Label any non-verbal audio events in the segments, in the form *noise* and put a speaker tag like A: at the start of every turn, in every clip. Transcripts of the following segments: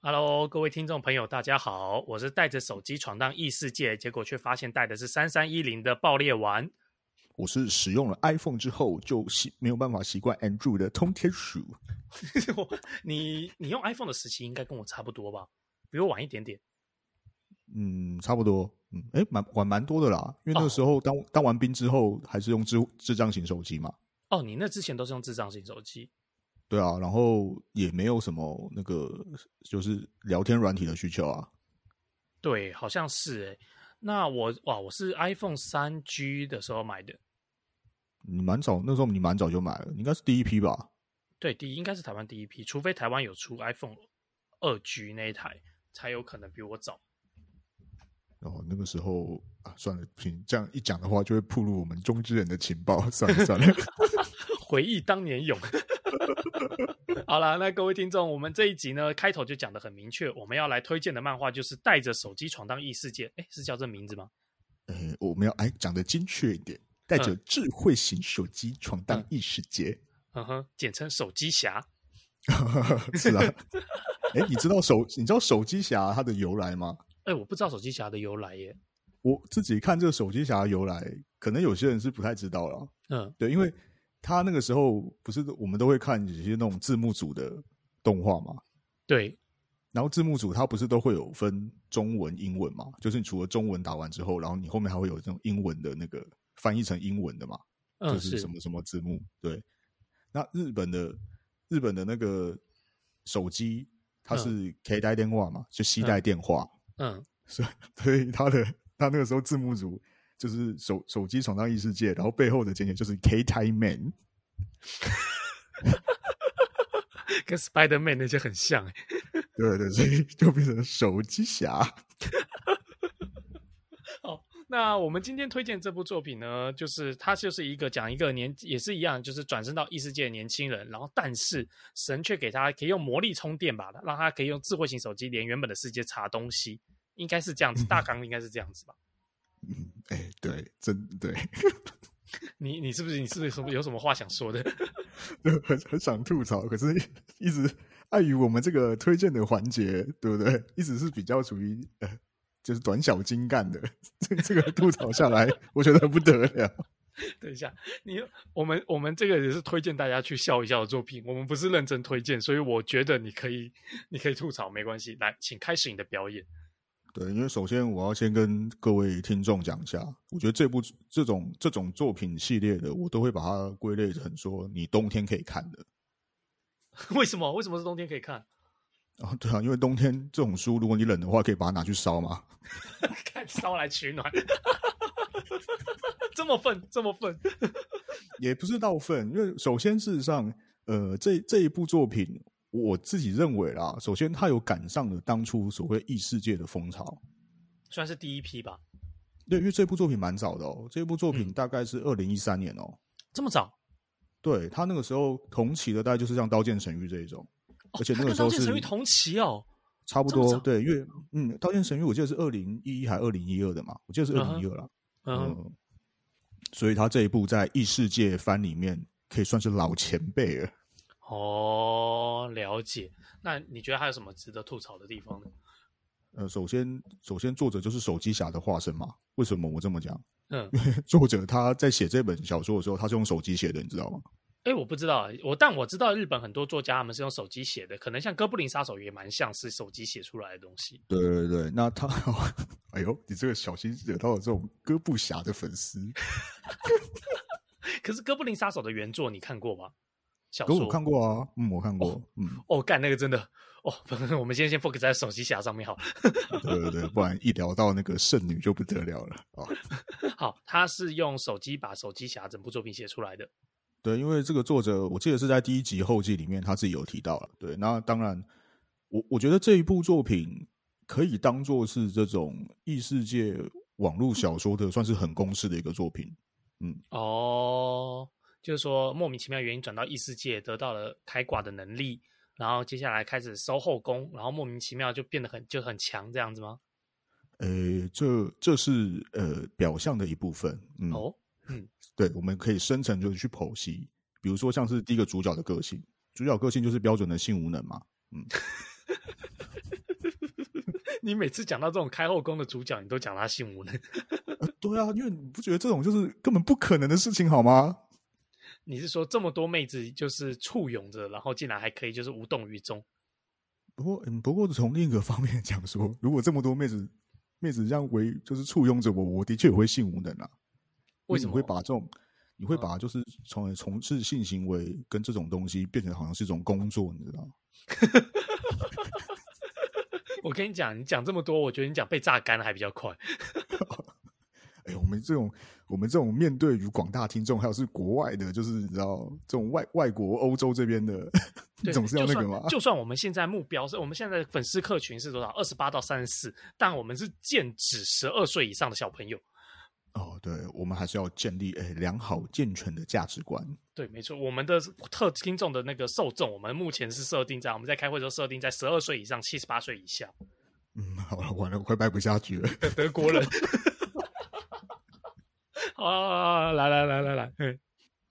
A: Hello，各位听众朋友，大家好，我是带着手机闯荡异世界，结果却发现带的是三三一零的爆裂丸。 *laughs*
B: 我是使用了 iPhone 之后就习没有办法习惯 Android 的通天鼠。
A: 我你你用 iPhone 的时期应该跟我差不多吧，比我晚一点点。
B: 嗯，差不多。嗯，哎，蛮晚蛮多的啦，因为那个时候当、当完兵之后，还是用智智障型手机嘛。
A: 哦，你那之前都是用智障型手机，
B: 对啊，然后也没有什么那个就是聊天软体的需求啊。
A: 对，好像是诶。那我哇，我是 iPhone 三 G 的时候买的，
B: 你蛮早，那时候你蛮早就买了，你应该是第一批吧？
A: 对，第一应该是台湾第一批，除非台湾有出 iPhone 二 G 那一台，才有可能比我早。
B: 哦，那个时候啊，算了，不行，这样一讲的话就会暴露我们中之人的情报，算了算了。
A: *laughs* 回忆当年勇。 *laughs* 好啦，那各位听众，我们这一集呢，开头就讲的很明确，我们要来推荐的漫画就是《带着手机闯荡异世界》，哎，是叫这名字吗？
B: 哎，我们要哎讲的精确一点，带着智慧型手机闯荡异世界。
A: 嗯哼，简称手机侠。
B: 是啊， *laughs* 哎，你知道手你知道手机侠它的由来吗？
A: 哎，我不知道手机侠的由来耶。
B: 我自己看这个手机侠的由来，可能有些人是不太知道了。
A: 嗯，
B: 对，因为他那个时候不是我们都会看有些那种字幕组的动画嘛，
A: 对，
B: 然后字幕组它不是都会有分中文、英文嘛？就是你除了中文打完之后，然后你后面还会有这种英文的那个翻译成英文的嘛？
A: 嗯，
B: 就是什么什么字幕。对，那日本的日本的那个手机，它是 K 代电话嘛，就携带电话，
A: 嗯，
B: 所以所以它的它那个时候字幕组就是手手机闯荡异世界，然后背后的简写就是 K 代 man。
A: 跟 Spider Man 那些很像耶。
B: 对对，所以就变成手机侠。
A: 那我们今天推荐这部作品呢，就是它就是一个讲一个年，也是一样，就是转身到异世界的年轻人，然后但是神却给他可以用魔力充电吧，让他可以用智慧型手机连原本的世界查东西，应该是这样子，大纲应该是这样子吧？
B: 嗯，哎，对，真对，
A: 你你是不是你是不是有什么有什么话想说的？ *laughs*
B: 就很很想吐槽，可是一直碍于我们这个推荐的环节，对不对？一直是比较属于呃，就是短小精干的。这这个吐槽下来，我觉得不得了。
A: 等一下，你我们我们这个也是推荐大家去笑一笑的作品，我们不是认真推荐，所以我觉得你可以你可以吐槽没关系，来，请开始你的表演。 *laughs*
B: 对，因为首先我要先跟各位听众讲一下，我觉得这部这种这种作品系列的，我都会把它归类成说你冬天可以看的。
A: 为什么为什么是冬天可以看？
B: 哦，对啊，因为冬天这种书，如果你冷的话，可以把它拿去烧嘛。
A: 看烧来取暖， *laughs* 这么愤，这么愤，
B: 也不是到份，因为首先事实上，呃，这这一部作品，我自己认为啦，首先它有赶上了当初所谓异世界的风潮。
A: 算是第一批吧，
B: 对，因为这部作品蛮早的哦，这部作品大概是二零一三年哦。
A: 这么早，
B: 对他那个时候同期的大概就是像《刀剑神域》这一种，而且那
A: 哦他
B: 个
A: 跟
B: 时候
A: 刀剑
B: 是
A: 神域同期哦，
B: 差不
A: 这么
B: 多
A: 早
B: 对，因为嗯，《刀剑神域》我记得是二零一一还二零一二的嘛，我记得是
A: 嗯
B: 二
A: 哼
B: 零一二啦。
A: 嗯，
B: 嗯，所以他这一部在异世界番里面可以算是老前辈了。
A: 哦，了解。那你觉得还有什么值得吐槽的地方呢？
B: 呃，首先，首先作者就是手机侠的化身嘛。为什么我这么讲？ *laughs*
A: 嗯，
B: 作者他在写这本小说的时候，他是用手机写的，你知道吗？
A: 哎，我不知道，我但我知道日本很多作家他们是用手机写的，可能像《哥布林杀手》也蛮像是手机写出来的东西。
B: 对对对，那他， *laughs* 哎呦，你这个小心惹到了这种哥布侠的粉丝。
A: 可是《哥布林杀手》的原作你看过吗？小
B: 可
A: 说
B: 我看过啊，嗯，我看过，嗯，
A: 哦，干那个真的哦，我们先先 focus 在手机侠上面好了。
B: 对对对，不然一聊到那个圣女就不得了了啊。
A: 好，他是用手机把手机侠整部作品写出来的。
B: 对，因为这个作者，我记得是在第一集后记里面他自己有提到了。对，那当然，我我觉得这一部作品可以当做是这种异世界网络小说的算是很公式的一个作品。
A: 哦，就是说莫名其妙原因转到异世界，得到了开挂的能力，然后接下来开始收后宫，然后莫名其妙就变得很就很强这样子吗？
B: 呃，这这是呃表象的一部分。嗯，
A: 哦， *laughs*
B: 对，我们可以深层就是去剖析，比如说像是第一个主角的个性，主角个性就是标准的性无能嘛。
A: 你每次讲到这种开后宫的主角，你都讲他姓吴呢？ *laughs*
B: 呃对啊，因为你不觉得这种就是根本不可能的事情好吗？
A: 你是说这么多妹子就是簇拥着，然后竟然还可以就是无动于衷？
B: 不过，嗯，不过从另一个方面讲说，如果这么多妹子妹子这样围，就是簇拥着我，我的确也会性无能啊。
A: 为什么嗯
B: 你会把这种，你会把就是从而从事性行为跟这种东西变成好像是一种工作，你知道吗？
A: 我跟你讲，你讲这么多，我觉得你讲被榨干还比较快。
B: 哎，我们这种我们这种面对于广大听众，还有是国外的，就是你知道这种外外国欧洲这边的，你
A: 对，
B: *laughs* 总是要那个嘛
A: 就算。就算我们现在目标是我们现在的粉丝客群是多少？二十八到三十四，但我们是剑指十二岁以上的小朋友。
B: 哦，对，我们还是要建立哎良好健全的价值观。
A: 对，没错，我们的特听众的那个受众，我们目前是设定在我们在开会的时候设定在十二岁以上、七十八岁以下
B: 嗯，好了，完了，我快掰不下去了。
A: 的德国人。 *laughs* 好好好好来来来来来，嗯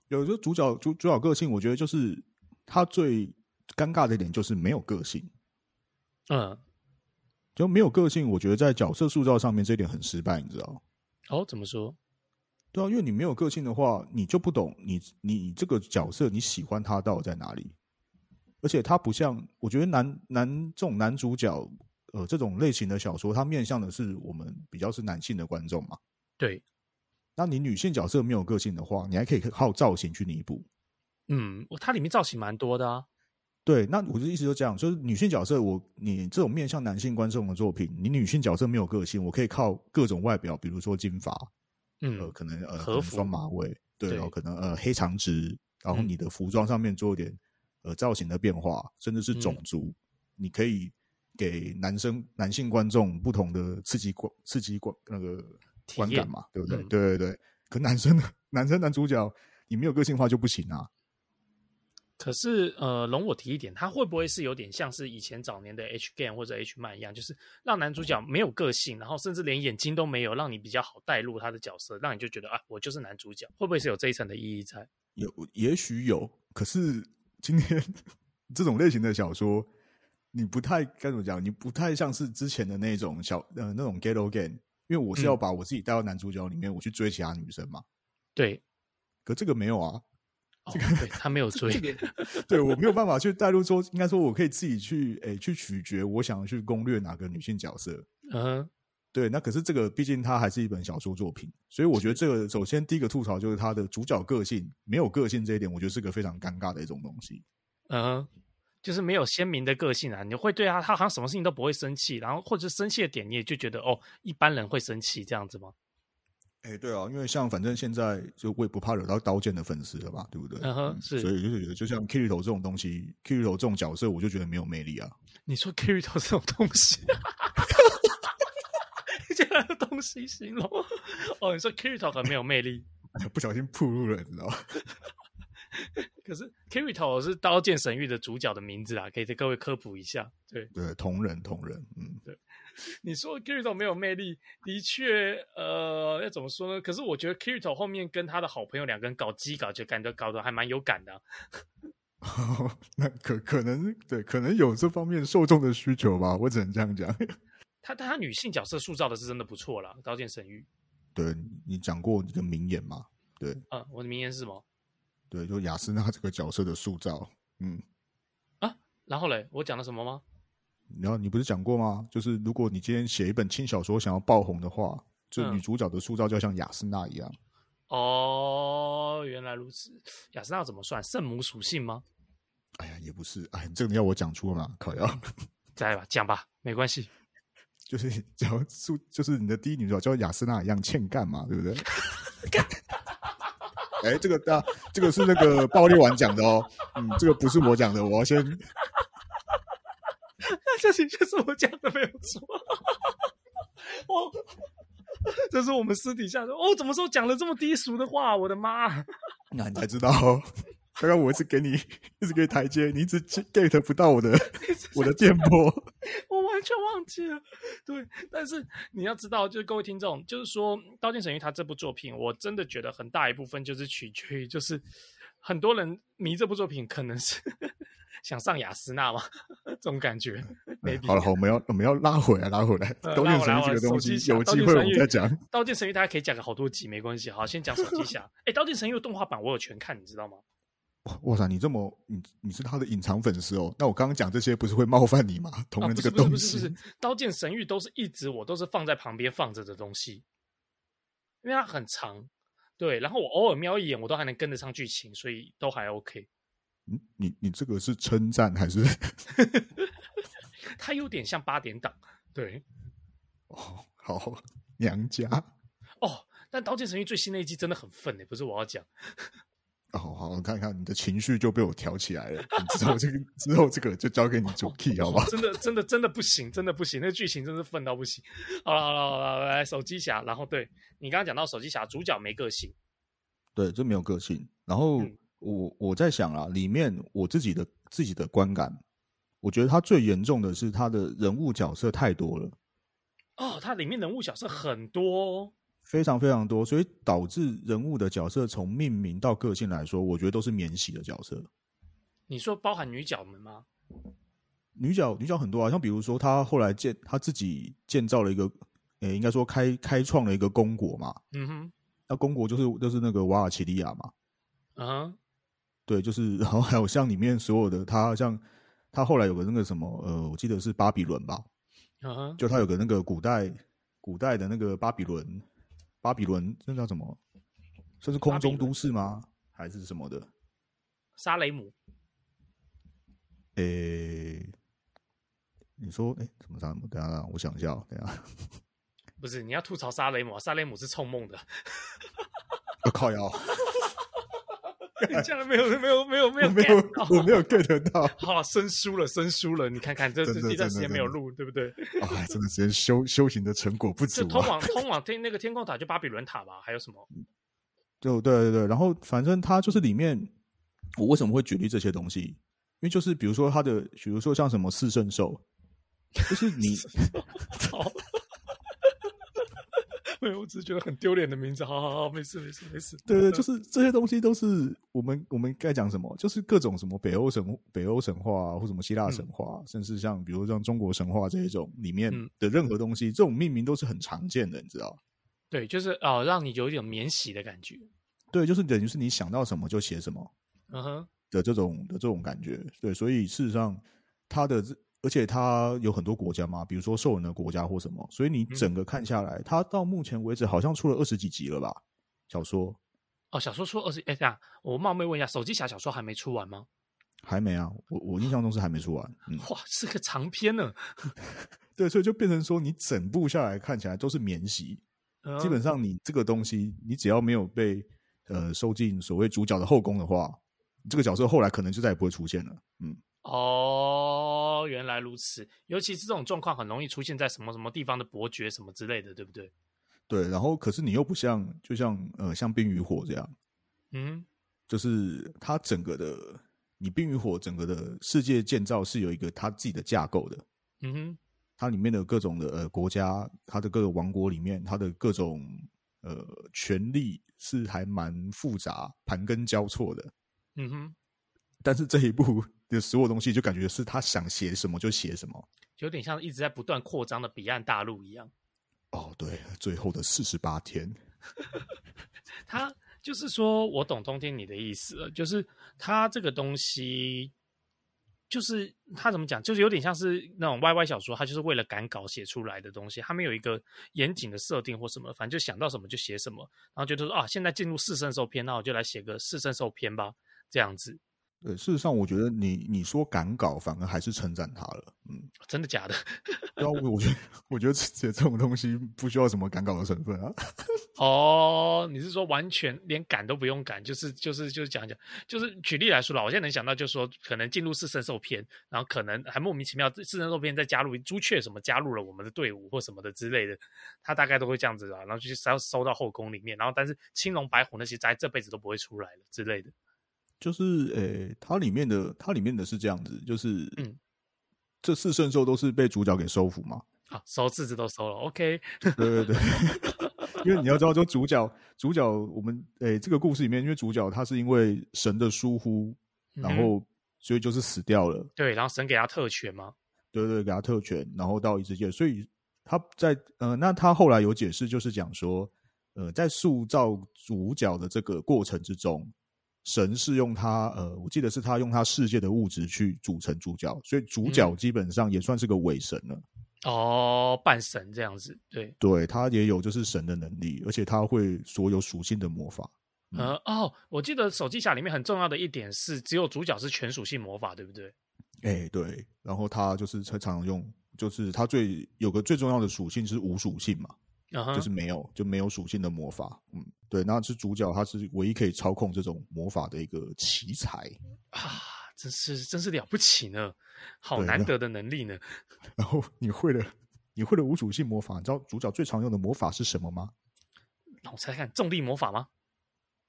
B: 有时候主角主主角个性，我觉得就是他最尴尬的一点就是没有个性，
A: 嗯，
B: 就没有个性。我觉得在角色塑造上面这一点很失败，你知道？
A: 哦，怎么说？
B: 对啊，因为你没有个性的话，你就不懂你你这个角色你喜欢他到底在哪里。而且他不像，我觉得男男这种男主角，呃，这种类型的小说，他面向的是我们比较是男性的观众嘛。
A: 对，
B: 那你女性角色没有个性的话，你还可以靠造型去弥补。
A: 嗯，我它里面造型蛮多的啊。
B: 对，那我的意思就这样，就是女性角色我，你这种面向男性观众的作品，你女性角色没有个性，我可以靠各种外表，比如说金发，呃，
A: 嗯，
B: 可能呃
A: 和
B: 可能
A: 服
B: 双马尾，对，
A: 对
B: 然后可能呃黑长直，然后
A: 嗯
B: 你的服装上面做一点呃造型的变化，甚至是种
A: 嗯
B: 族，你可以给男生男性观众不同的刺激观刺激观那个
A: 体
B: 观
A: 验
B: 感嘛，对不对？
A: 嗯
B: 对对对，可男生呢， *laughs* 男生男主角你没有个性化就不行啊，
A: 可是呃，容我提一点，它会不会是有点像是以前早年的 H game 或者 H man 一样，就是让男主角没有个性，然后甚至连眼睛都没有，让你比较好带入他的角色，让你就觉得啊，我就是男主角，会不会是有这一层的意义在？
B: 有，也许有，可是今天 *laughs* 这种类型的小说，你不太该怎么讲，你不太像是之前的那种小呃那种 ghetto game，因为我是要
A: 嗯
B: 把我自己带到男主角里面，我去追其他女生嘛。
A: 对，
B: 可这个没有啊，
A: 哦，对他没有追，
B: 对我没有办法去带入说，应该说我可以自己去诶、去取决我想要去攻略哪个女性角色。
A: 嗯哼，
B: 对，那可是这个毕竟它还是一本小说作品，所以我觉得这个首先第一个吐槽就是它的主角个性没有个性这一点，我觉得是个非常尴尬的一种东西。
A: 嗯哼，就是没有鲜明的个性啊，你会对他，他好像什么事情都不会生气，然后或者生气的点，你也就觉得哦，一般人会生气这样子吗？
B: 哎、对啊，因为像反正现在就我也不怕惹到刀剑的粉丝了吧，对不对？
A: 嗯哼，是
B: 所以就是觉得就像 Kirito 这种东西，Kirito 这种角色，我就觉得没有魅力啊。 *laughs*
A: 你说 carry 头这种东西， *laughs* 这样的东西形容哦，你说 carry 头很没有魅力，
B: 不小心暴露了，你知道吗？ *laughs*
A: 可是 carry 头是《刀剑神域》的主角的名字啦，啊可以给各位科普一下。对，
B: 对，同人同人，嗯， *laughs*
A: 你说 carry 头没有魅力，的确，呃，要怎么说呢？可是我觉得 carry 头后面跟他的好朋友两个人搞基搞，就感觉搞得还蛮有感的啊、
B: 那可可能对，可能有这方面受众的需求吧，我只能这样讲。 *laughs*
A: 他但他女性角色塑造的是真的不错啦，《刀剑神域
B: 对你讲过你的名言嘛？》
A: 啊，我的名言是什么
B: 对，就雅斯娜这个角色的塑造，嗯，
A: 啊？然后嘞，我讲了什么吗？
B: 然后你不是讲过吗？就是如果你今天写一本轻小说想要爆红的话，就
A: 嗯
B: 女主角的塑造就要像雅斯娜一样。
A: 哦，原来如此。雅斯娜怎么算？圣母属性吗？
B: 哎呀，也不是，哎，这个要我讲出了吗？靠呀，
A: 嗯再来吧，讲吧，没关系。
B: *laughs* 就是只要塑，就是你的第一女主角叫雅斯娜一样欠干嘛，对
A: *laughs*
B: 不对？哎，这个大，这个是那个爆裂丸讲的哦，嗯，这个不是我讲的，我要先，
A: *laughs* 这情就是我讲的没有错。我， *laughs* 这是我们私底下说，哦，怎么时候讲了这么低俗的话？我的妈！
B: 那你才知道、哦， *laughs* 刚刚我一直给你，一直给你台阶，你一直
A: *laughs*
B: get 不到我的我的电波。
A: *laughs* 我完全忘记了。对，但是你要知道，就是各位听众，就是说《刀剑神域》它这部作品，我真的觉得很大一部分就是取决于，就是很多人迷这部作品，可能是 *laughs* 想上雅斯娜吗？这种感觉。
B: 哎
A: maybe
B: 好了，好，我们要我们要拉回来，拉回来。
A: 呃
B: 刀
A: 拉
B: 剑
A: 回
B: 神
A: 来
B: 域这
A: 我
B: 个
A: 手
B: 东
A: 机
B: 西
A: 侠
B: 有
A: 刀
B: 机
A: 剑
B: 会我
A: 神
B: 们
A: 域
B: 再讲。
A: 《刀剑神域》大家可以讲个好多集，没关系。好，先讲手机
B: *laughs*
A: 侠。哎，《刀剑神域》的动画版我有全看，你知道吗？
B: 哇塞，你这么你你是他的隐藏粉丝哦？那我刚刚讲这些不是会冒犯你吗？同
A: 啊，
B: 人
A: 不
B: 这
A: 是
B: 个
A: 不是
B: 东
A: 不是不是，
B: 西
A: 《刀剑神域》都是一直我都是放在旁边放着的东西，因为它很长，对。然后我偶尔瞄一眼，我都还能跟得上剧情，所以都还 OK。
B: 嗯你你这个是称赞还是？
A: 它有点像八点档，对
B: 哦，好娘家
A: 哦。但《刀剑神域》最新那一季真的很愤哎、不是我要讲，
B: 哦，好，我看看你的情绪就被我挑起来了。你之后这个之后这个就交给你主 key 好吧？
A: 真的真的真的不行，真的不行，那剧情真是愤到不行。好了好了好了，来手机侠，然后对你刚刚讲到手机侠主角没个性，
B: *laughs* 对，这没有个性。然后
A: 嗯
B: 我我在想啦，里面我自己的自己的观感，我觉得他最严重的是他的人物角色太多了。
A: 哦，它里面人物角色很多、哦，
B: 非常非常多，所以导致人物的角色从命名到个性来说，我觉得都是免洗的角色。
A: 你说包含女角们吗？
B: 女角女角很多啊，像比如说她后来建她自己建造了一个，诶、应该说开开创了一个公国嘛，
A: 嗯哼，
B: 那公国就是就是那个瓦尔奇利亚嘛，
A: 嗯哼。
B: 对，就是然后还有像里面所有的她像她后来有个那个什么呃，我记得是巴比伦吧，
A: 嗯哼，
B: 就她有个那个古代古代的那个巴比伦，巴比伦那叫什么？这是空中
A: 巴比伦
B: 都市吗？还是什么的？
A: 沙雷姆，
B: 诶、你说诶、什么沙漠？等一下，等一下我想一下、哦，等一下。
A: *laughs* 不是你要吐槽沙雷姆啊，沙雷姆是冲梦 *laughs* 的，
B: 我、靠腰，
A: 这样没有没有没有没
B: 我
A: 有
B: 没有
A: get 到，
B: 我没有 get 到，
A: 好了，生疏了，生疏了，你看看这这
B: 真的
A: 这段
B: 真的
A: 时间没有录，对不对？
B: 哎，真的时间修修行的成果不足
A: 就通
B: 啊。
A: 往通往天那个天空塔就巴比伦塔吧，还有什么？
B: 就对对对，然后反正他就是里面，我为什么会举例这些东西？因为就是比如说他的，比如说像什么四圣兽，就是你
A: 好， *laughs* 没有，我只是觉得很丢脸的名字。好好好，没事没事没 *laughs* 事。
B: 对对，就是这些东西都是我们我们该讲什么，就是各种什么北欧神北欧神话啊，或什么希腊神话啊，甚至像比如像中国神话这一种里面
A: 嗯
B: 的任何东西，这种命名都是很常见的，你知道？
A: 对，就是哦，让你有一点免洗的感觉。
B: 对，就是等于是你想到什么就写什么
A: 嗯哼，
B: 的这种的这种感觉。对，所以事实上，它的这而且它有很多国家嘛，比如说兽人的国家或什么，所以你
A: 嗯
B: 整个看下来，它到目前为止好像出了二十几集了吧？小说
A: 哦，小说出二十，哎，这样我冒昧问一下，手机侠小说还没出完吗？
B: 还没啊，我我印象中是还没出完。嗯，
A: 哇，是个长篇呢。
B: 对，所以就变成说，你整部下来看起来都是免洗，
A: 嗯
B: 基本上你这个东西，你只要没有被呃收进所谓主角的后宫的话，这个角色后来可能就再也不会出现了。嗯，
A: 哦，原来如此。尤其是这种状况，很容易出现在什么什么地方的伯爵什么之类的，对不对？
B: 对。然后，可是你又不像，就像呃，像《冰与火》这样，
A: 嗯，
B: 就是它整个的，你《冰与火》整个的世界建造是有一个它自己的架构的，
A: 嗯哼，
B: 它里面的各种的呃国家，它的各个王国里面，它的各种呃权力是还蛮复杂、盘根交错的。
A: 嗯哼，
B: 但是这一部的所有东西就感觉是他想写什么就写什么。
A: 有点像一直在不断扩张的彼岸大陆一样。
B: 哦，对，最后的四十八天，
A: 它就是说，我懂冬天你的意思了，就是它这个东西，就是它怎么讲，就是有点像是那种 YY 小说，它就是为了赶稿写出来的东西，它没有一个严谨的设定或什么，反正就想到什么就写什么，然后觉得说啊，现在进入四圣兽篇，那我就来写个四圣兽篇吧，这样子。
B: 对，事实上我觉得你你说赶稿，反而还是称赞他了。嗯，
A: 真的假的？
B: 对啊，我我觉得我觉得这这种东西不需要什么赶稿的成分啊。
A: 哦，你是说完全连赶都不用赶，就是就是就是讲讲，就是举例来说啦，我现在能想到就是说，可能进入四圣兽篇，然后可能还莫名其妙四圣兽篇再加入朱雀什么加入了我们的队伍或什么的之类的，他大概都会这样子啊，然后就收收到后宫里面，然后但是青龙白虎那些在这辈子都不会出来了之类的。
B: 就是呃，它里面的它里面的是这样子，就是
A: 嗯
B: 这四圣兽都是被主角给收服嘛。
A: 啊，收字子都收了，OK，
B: 对对 *laughs* 对，因为你要知道，就主角主角我们诶、这个故事里面，因为主角他是因为神的疏忽，然
A: 嗯哼
B: 后所以就是死掉了。
A: 对，然后神给他特权嘛，
B: 对对，给他特权，然后到异世界，所以他在呃，那他后来有解释，就是讲说，呃，在塑造主角的这个过程之中，神是用他呃，我记得是他用他世界的物质去组成主角，所以主
A: 嗯
B: 角基本上也算是个伪神了。
A: 哦，半神这样子，对，
B: 对他也有就是神的能力，而且他会所有属性的魔法。
A: 呃，哦，我记得手机侠里面很重要的一点是，只有主角是全属性魔法，对不对？
B: 哎，对，然后他就是常常用，就是他最有个最重要的属性是无属性嘛。
A: 嗯哼，
B: 就是没有就没有属性的魔法，嗯，对，那是主角他是唯一可以操控这种魔法的一个奇才，
A: 啊，真是真是了不起呢，好
B: 对
A: 难
B: 那
A: 得的能力呢。
B: 然后你会了你会了无属性魔法，你知道主角最常用的魔法是什么吗？
A: 让我猜猜看，重力魔法吗？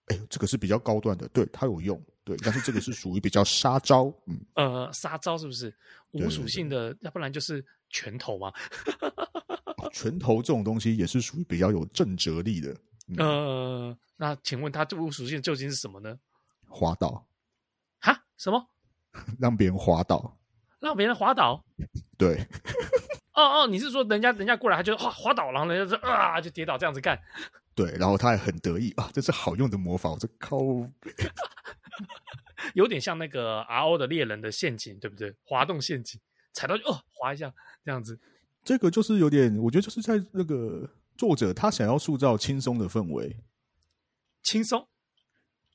B: 哎呦，这个是比较高段的，对，它有用，对，但是这个是属于比较杀招，嗯，
A: 呃，杀招是不是无
B: 对
A: 属
B: 对
A: 性的？要不然就是拳头嘛。
B: 啊拳头这种东西也是属于比较有震慑力的，嗯，
A: 呃，那请问他这无属性究竟是什么呢？
B: 滑倒，
A: 哈，什么
B: 让别人滑倒，
A: 让别人滑倒？
B: 对，
A: 哦哦，你是说人家人家过来，他就哇滑倒，然后人家就啊就跌倒这样子干？
B: 对，然后他还很得意啊，这是好用的魔法，我这靠，
A: 有点像那个 R O 的猎人的陷阱，对不对？滑动陷阱，踩到就哦滑一下这样子。
B: 这个就是有点，我觉得就是在那个作者他想要塑造轻松的氛围。
A: 轻松，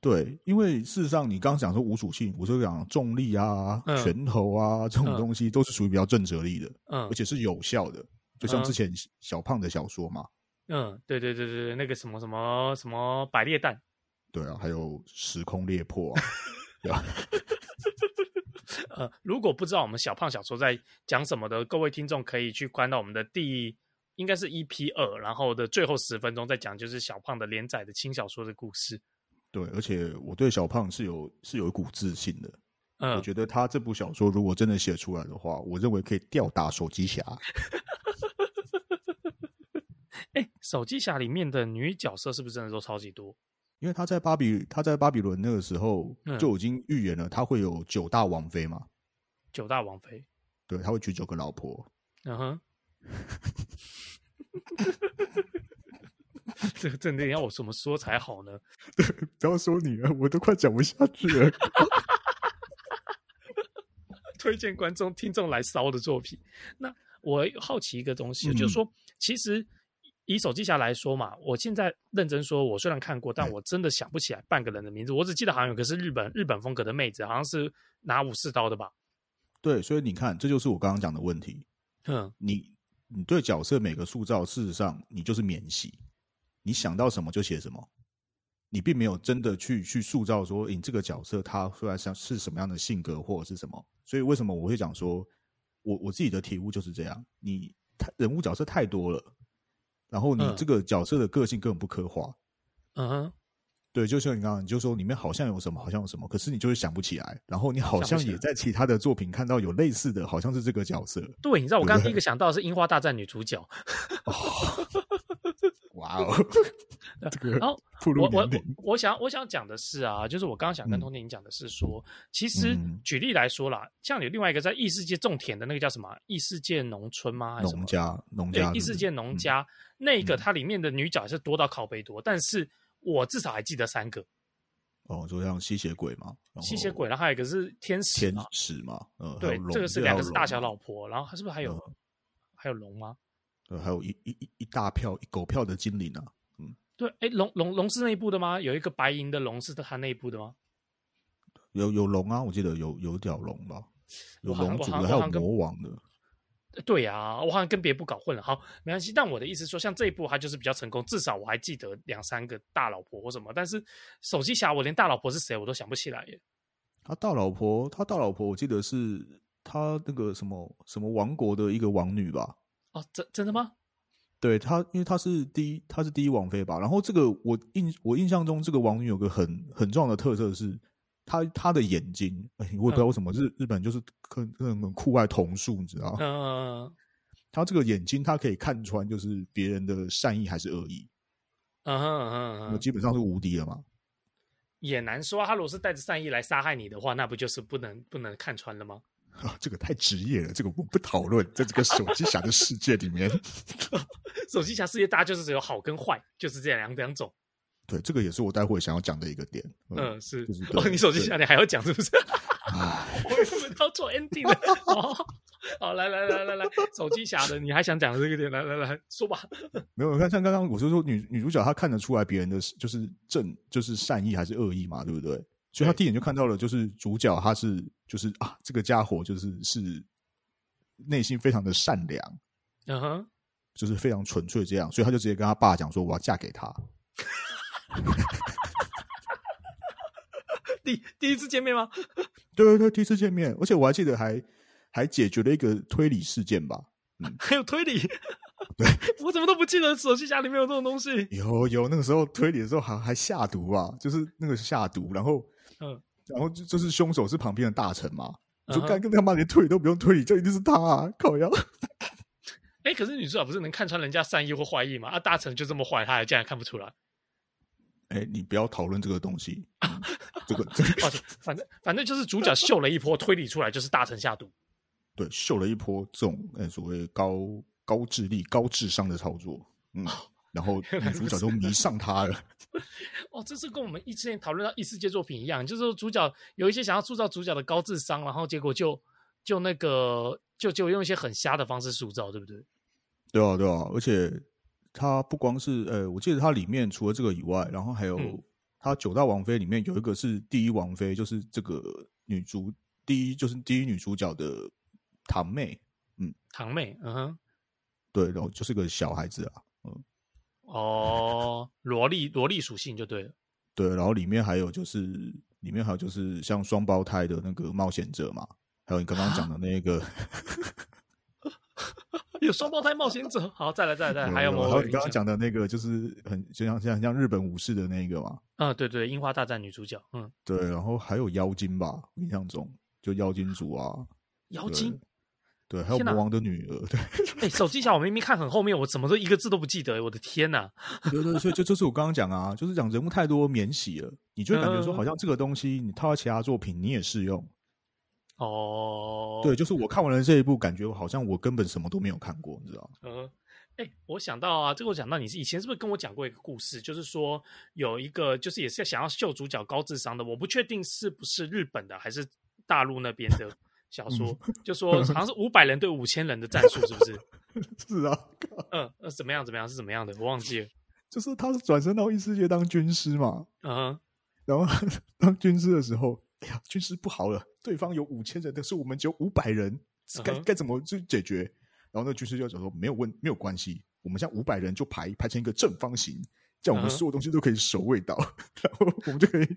B: 对，因为事实上，你刚刚讲说无属性，我就讲重力啊、
A: 嗯
B: 拳头啊这种
A: 嗯
B: 东西，都是属于比较震慑力的，
A: 嗯
B: 而且是有效的。就像之前小胖的小说嘛，
A: 嗯，对对对对对，那个什么什么什么百裂弹，
B: 对啊，还有时空裂破啊，对吧、
A: *laughs* 呃，如果不知道我们小胖小说在讲什么的，各位听众可以去关到我们的第应该是 EP 二，然后的最后十分钟再讲就是小胖的连载的轻小说的故事。
B: 对，而且我对小胖是有是有一股自信的。我
A: 嗯，
B: 觉得他这部小说如果真的写出来的话，我认为可以吊打手机侠。
A: 哎，手机侠里面的女角色是不是真的都超级多？
B: 因为他在巴比他在巴比伦那个时候
A: 嗯
B: 就已经预言了他会有九大王妃嘛，
A: 九大王妃，
B: 对，他会娶九个老婆，
A: 嗯哼，这个真的要我怎么说才好呢？
B: 不要说你了，我都快讲不下去了。
A: 推荐观众听众来烧的作品。那我好奇一个东西，
B: 嗯
A: 就是说，其实以手机侠来说嘛，我现在认真说，我虽然看过，但
B: 对
A: 我真的想不起来半个人的名字，我只记得好像有个是日本日本风格的妹子，好像是拿武士刀的吧？
B: *laughs* 对，所以你看，这就是我刚刚讲的问题。
A: 嗯，
B: 你你对角色每个塑造，事实上你就是免洗，你想到什么就写什么，你并没有真的去去塑造说，诶你这个角色他虽然像是什么样的性格或者是什么。所以为什么我会讲说，我我自己的体悟就是这样，你太人物角色太多了，然后你
A: 嗯
B: 这个角色的个性根本不刻画。
A: 嗯哼，
B: 对，就像你刚刚，你就说里面好像有什么，好像有什么，可是你就是想不起来。然后你
A: 想
B: 好
A: 不
B: 像
A: 起来
B: 也在其他的作品看到有类似的，好像是这个角色。
A: 对，你知道我刚刚
B: 对
A: 第一个想到的是《樱花大战》女主角，
B: 哇
A: *laughs*
B: 哦，这个
A: 然后
B: 暴
A: 我
B: 露
A: 我我
B: 年龄。
A: 我想我想讲的是啊，就是我刚刚想跟
B: 嗯
A: 童婷讲的是说，其实
B: 嗯
A: 举例来说啦，像有另外一个在异世界种田的那个叫什么啊异世界农村吗？还是什么
B: 农？家，农
A: 对
B: 家，
A: 异世界农
B: 嗯
A: 家、那个，它里面的女角是多到靠背多，但是我至少还记得三个
B: 哦，就像吸血鬼嘛，然后
A: 吸血鬼，然后还有一个是天使
B: 哦天
A: 嘛，
B: 使嘛，呃，还
A: 对
B: 有，龙嗯
A: 这个是两个是大小，
B: 还有
A: 老婆，然后是不是还有、还有龙吗？
B: 龙呃还有一一一一大票一狗票的精灵啊，
A: 对，哎，龙龙龙是那一部的吗？有一个白银的龙是他那一部的吗？
B: 有有龙啊，我记得有有角龙吧，有
A: 我好像
B: 龙族
A: 我好
B: 的，
A: 像
B: 还
A: 我好像
B: 有
A: 跟
B: 魔王的，
A: 对啊，我好像跟别部搞混了。好，没关系。但我的意思是说，像这一部它就是比较成功，至少我还记得两三个大老婆或什么。但是手机侠，我连大老婆是谁我都想不起来耶。
B: 他大老婆，他大老婆，我记得是他那个什么什么王国的一个王女吧。
A: 哦，真真的吗？
B: 对她，因为她是第一，她是第一王妃吧。然后这个我印我印象中，这个王女有个很很重要的特色是，她她的眼睛，哎，我也不
A: 嗯
B: 知道为什么日、日本就是跟跟很酷爱瞳术，你知道？
A: 嗯、
B: 她这个眼睛，她可以看穿就是别人的善意还是恶意，
A: 嗯哼嗯哼嗯
B: 那
A: 哼，
B: 基本上是无敌了嘛。
A: 也难说、啊。他如果是带着善意来杀害你的话，那不就是不能不能看穿了吗？
B: 啊，这个太职业了，这个我不讨论。在这个手机侠的世界里面， *laughs*
A: 手机侠世界大家就是只有好跟坏，就是这两两种。
B: 对，这个也是我待会想要讲的一个点。
A: 嗯，是。
B: 就是对
A: 哦，你手机侠你还要讲是不 *laughs* 是？
B: 唉
A: 我以为我们要做 ending 了。哦，好，来来来来来，手机侠的，你还想讲的这个点，来来来说吧。
B: 没有，你看像刚刚我就说女女主角她看得出来别人的就是正就是善意还是恶意嘛，对不对？所以她
A: 对
B: 第一眼就看到了，就是主角他是就是啊，这个家伙就是是内心非常的善良，
A: 嗯哼，
B: 就是非常纯粹这样，所以他就直接跟他爸讲说我要嫁给他。
A: 第第一次见面吗？ *laughs*
B: 对对对，第一次见面，而且我还记得还还解决了一个推理事件吧。
A: 还有推
B: *laughs*
A: 理，我怎么都不记得手机侠里面有这种东西。
B: 有有，那个时候推理的时候还还下毒啊，就是那个下毒，然后
A: 嗯，
B: 然后就就是凶手是旁边的大臣嘛。
A: 嗯
B: 我说
A: 哼
B: 干，跟他妈连推理都不用推理，这一定是他啊！靠呀！
A: 哎、可是女主角不是能看穿人家善意或坏意吗？啊，大臣就这么坏，他还竟然看不出来。
B: *laughs* 哎，你不要讨论这个东
A: *laughs*
B: 西，嗯这个这个
A: 哦，反正反正就是主角秀了一波，推理出来就是大臣下毒。
B: 对，秀了一波这种呃所谓高高智力、高智商的操作，嗯，然后
A: 哦 *laughs* 原来
B: 女主
A: 如
B: 角
A: 此
B: 都迷上他了。 *laughs*
A: 哦，这是跟我们一之前讨论到异世界作品一样，就是说主角有一些想要塑造主角的高智商，然后结果就就那个就就用一些很瞎的方式塑造，对不对？
B: 对啊，对啊，而且它不光是呃，我记得它里面除了这个以外，然后还有
A: 嗯
B: 它九大王妃里面有一个是第一王妃，就是这个女主第一就是第一女主角的堂妹，
A: 堂妹，嗯哼，
B: 对，然后就是个小孩子啊，
A: 哦，萝莉萝莉属性就对了。
B: 对，然后里面还有就是里面还有就是像双胞胎的那个冒险者嘛，还有你刚刚讲的那
A: 啊
B: 个，
A: 有双胞胎冒险者，好，再来再来
B: *laughs*
A: 再来，还有
B: 然
A: 吗？
B: 后
A: 我
B: 嗯你刚刚，讲的那个就是很就像像像日本武士的那个嘛，
A: 嗯，对对，樱花大战女主角，嗯，
B: 对，然后还有妖精吧，我印象中就妖精族啊。
A: 妖精，
B: 对，还有
A: 天哪
B: 魔王的女儿，对
A: *laughs* 哎，手机侠我明明看很后面，我怎么都一个字都不记得，我的天呐！
B: 对对，所以就这是我刚刚讲啊，就是讲人物太多免洗了，你就会感觉说
A: 嗯
B: 好像这个东西你套在其他作品你也适用。
A: 哦，
B: 对，就是我看完了这一部，感觉我好像我根本什么都没有看过，你知 *laughs* 道？
A: 嗯，哎，我想到啊，这个我想到你是以前是不是跟我讲过一个故事，就是说有一个就是也是想要秀主角高智商的，我不确定是不是日本的还是大陆那边的小说，就说好像是五百人对五千人的战术，是不是？
B: 是啊，
A: 嗯，呃，怎么样怎么样是怎么样的，我忘记了。
B: 就是他是转身到异世界当军师嘛，
A: 嗯哼，
B: 然后 *laughs* 当军师的时候，哎呀，军师不好了，对方有五千人，但是我们只有五百人，该
A: 嗯哼
B: 该怎么去解决？然后那个军师就讲说，没有问，没有关系，我们像五百人就排排成一个正方形，这样我
A: 嗯
B: 们
A: 哼
B: 所有东西都可以守卫到， *laughs* 然后我们就可以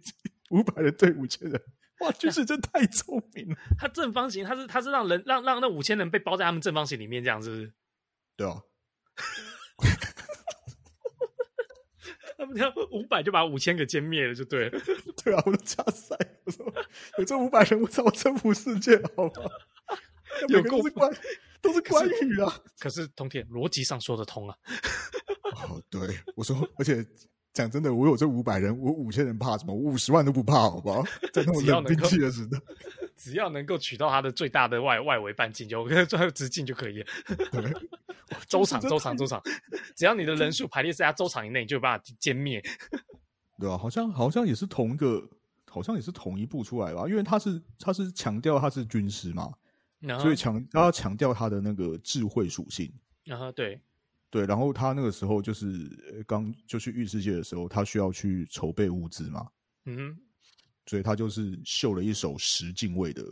B: 五百人对五千人。哇，军师真太聪明了， *laughs*
A: 他正方形，他是他是让人让让那五千人被包在他们正方形里面，这样是不是？ *laughs*
B: 对啊， *laughs*
A: 他们要五百就把五千给歼灭了，就对了。
B: 对啊，我都加塞，我说有这五百人，我早征服世界好吗？ *laughs*
A: 有
B: 每个
A: 够
B: 都是关，都是关羽啊。
A: 可是通铁逻辑上说得通啊，
B: 哦，对，我说，而且讲真的，我有这五百人，我五千人怕什么？我五十万都不怕，好不好？ *laughs* 在那种
A: 只要
B: 冷
A: 能
B: 兵
A: 够
B: 器的时代，
A: 只要能够取到他的最大的外外围半径就 *laughs* 最后直径就可
B: *laughs*
A: 以了。
B: 对
A: 周场
B: 真的
A: 周场周场，只要你的人数排列在他周场以内，你就有办法歼灭。
B: 对啊吧、好像好像也是同一个，好像也是同一部出来吧？因为他是他是强调他是军师嘛，
A: 然后
B: 所以，强他要强调他的那个智慧属性。
A: 然后对，
B: 对，然后他那个时候就是呃刚就去异世界的时候，他需要去筹备物资嘛，
A: 嗯哼，
B: 所以他就是秀了一手十进位的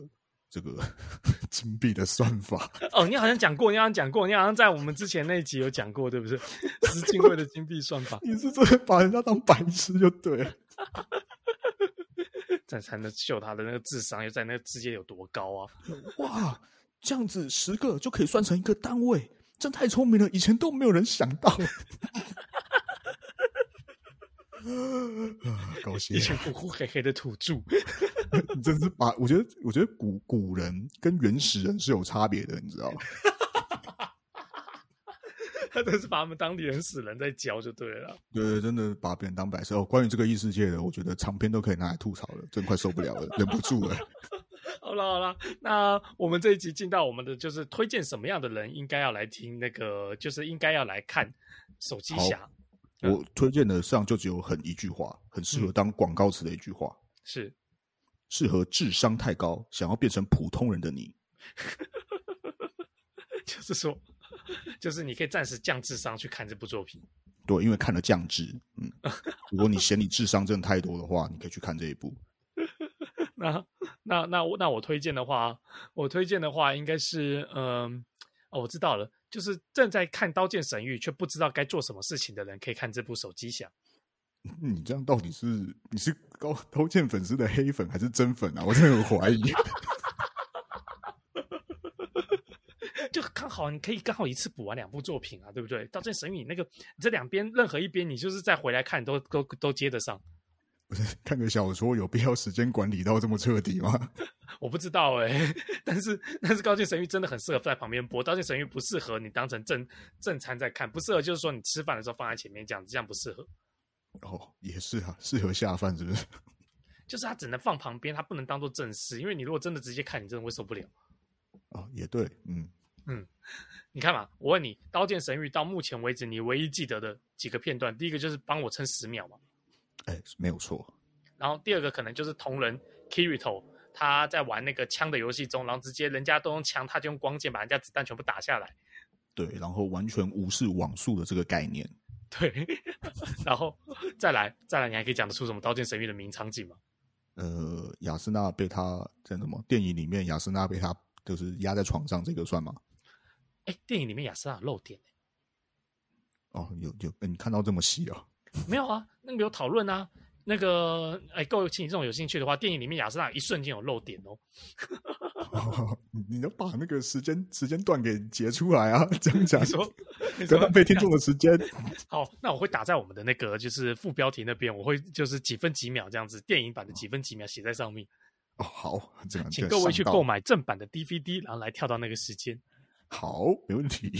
B: 这个 *laughs* 金币的算法。
A: 哦，你好像讲过，你好像讲过，你好像在我们之前那一集有讲过，对不对？ *laughs* 十进位的金币算法， *laughs*
B: 你是真的把人家当白痴就对了。
A: 这才能秀他的那个智商又在那个世界有多高啊！
B: 哇，这样子十个就可以算成一个单位，真太聪明了，以前都没有人想到。啊， *laughs* 高兴
A: 一！群呼呼黑黑的土著，
B: *laughs*
A: *laughs*
B: 你真是把我觉得，我觉得古古人跟原始人是有差别的，你知道吗？
A: 他真是把他们当人死人在教就对了。
B: *laughs* 对，真的把别人当白痴。哦，关于这个异世界的，我觉得长篇都可以拿来吐槽了，真快受不了了，忍不住 *laughs* 了。
A: 好了好了，那我们这一集进到我们的就是推荐什么样的人应该要来听那个，就是应该要来看手机侠。嗯
B: 我推荐的上就只有很一句话，很适合当广告词的一句话，
A: 是， *laughs*
B: 适合智商太高想要变成普通人的你。
A: 就是说， *laughs* 就是你可以暂时降智商去看这部作品。
B: 对，因为看了降智，嗯，如果你嫌你智商真的太多的话，你可以去看这一部。
A: 那那那我那我推荐的话，我推荐的话应该是嗯、哦，我知道了，就是正在看《刀剑神域》却不知道该做什么事情的人，可以看这部手机侠。
B: 嗯你这样到底是你是高刀剑粉丝的黑粉还是真粉啊？我真的很怀疑。 *laughs*
A: 就刚好你可以刚好一次补完两部作品啊，对不对？《刀剑神域》你那个你这两边任何一边，你就是再回来看都都都接得上。
B: 看个小说有必要时间管理到这么彻底吗？
A: 我不知道哎、 *laughs* 但是但是《高剑神域》真的很适合在旁边播，《刀剑神域》不适合你当成正正餐在看，不适合就是说你吃饭的时候放在前面这样子，这样不适合。
B: 哦，也是啊，适合下饭是不是？
A: 就是它只能放旁边，它不能当做正事，因为你如果真的直接看，你真的会受不了。
B: 哦，也对，嗯，
A: 你看嘛，我问你，《刀剑神域》到目前为止你唯一记得的几个片段，第一个就是帮我撑十秒嘛，
B: 哎，没有错，
A: 然后第二个可能就是同人 Kirito 他在玩那个枪的游戏中，然后直接人家都用枪，他就用光剑把人家子弹全部打下来。
B: 对，然后完全无视网速的这个概念。
A: 对， *laughs* 然后再来再来，你还可以讲得出什么《刀剑神域》的名场景吗？
B: 呃，雅斯娜被他在什么电影里面，雅斯娜被他就是压在床上，这个算吗？
A: 哎，电影里面亚瑟娜有漏点欸、
B: 哦，有有，哎你看到这么细啊？
A: 没有啊？那个有讨论啊。那个哎，各位亲，这种有兴趣的话，电影里面亚瑟娜一瞬间有漏点哦。
B: 哦 *laughs* 你要把那个时间时间段给截出来啊！这样讲
A: 你，说，你
B: 不
A: 说
B: 要浪费听众的时间。
A: 好，那我会打在我们的那个就是副标题那边，我会就是几分几秒这样子，电影版的几分几秒写在上面，
B: 哦，好，这样
A: 请
B: 这
A: 各位去
B: 上道
A: 购买正版的 DVD，然后来跳到那个时间。
B: 好，没问题。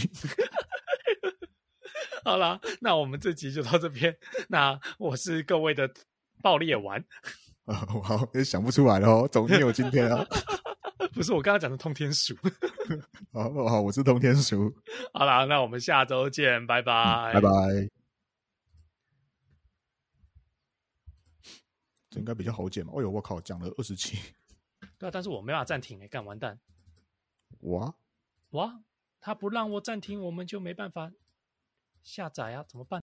A: 好啦，那我们这集就到这边。那我是各位的爆裂丸，
B: 啊，我好，也想不出来了哦，总你有今天啊。
A: 不是我刚刚讲的通天鼠。
B: 好好，我是通天鼠，
A: 好啦，那我们下周见，拜拜，
B: 嗯拜拜。这应该比较好剪吧？哎呦，我靠，讲了二十七，
A: 对啊，但是我没办法暂停诶、干完蛋！
B: 哇！
A: 哇，他不让我暂停，我们就没办法下载啊，怎么办？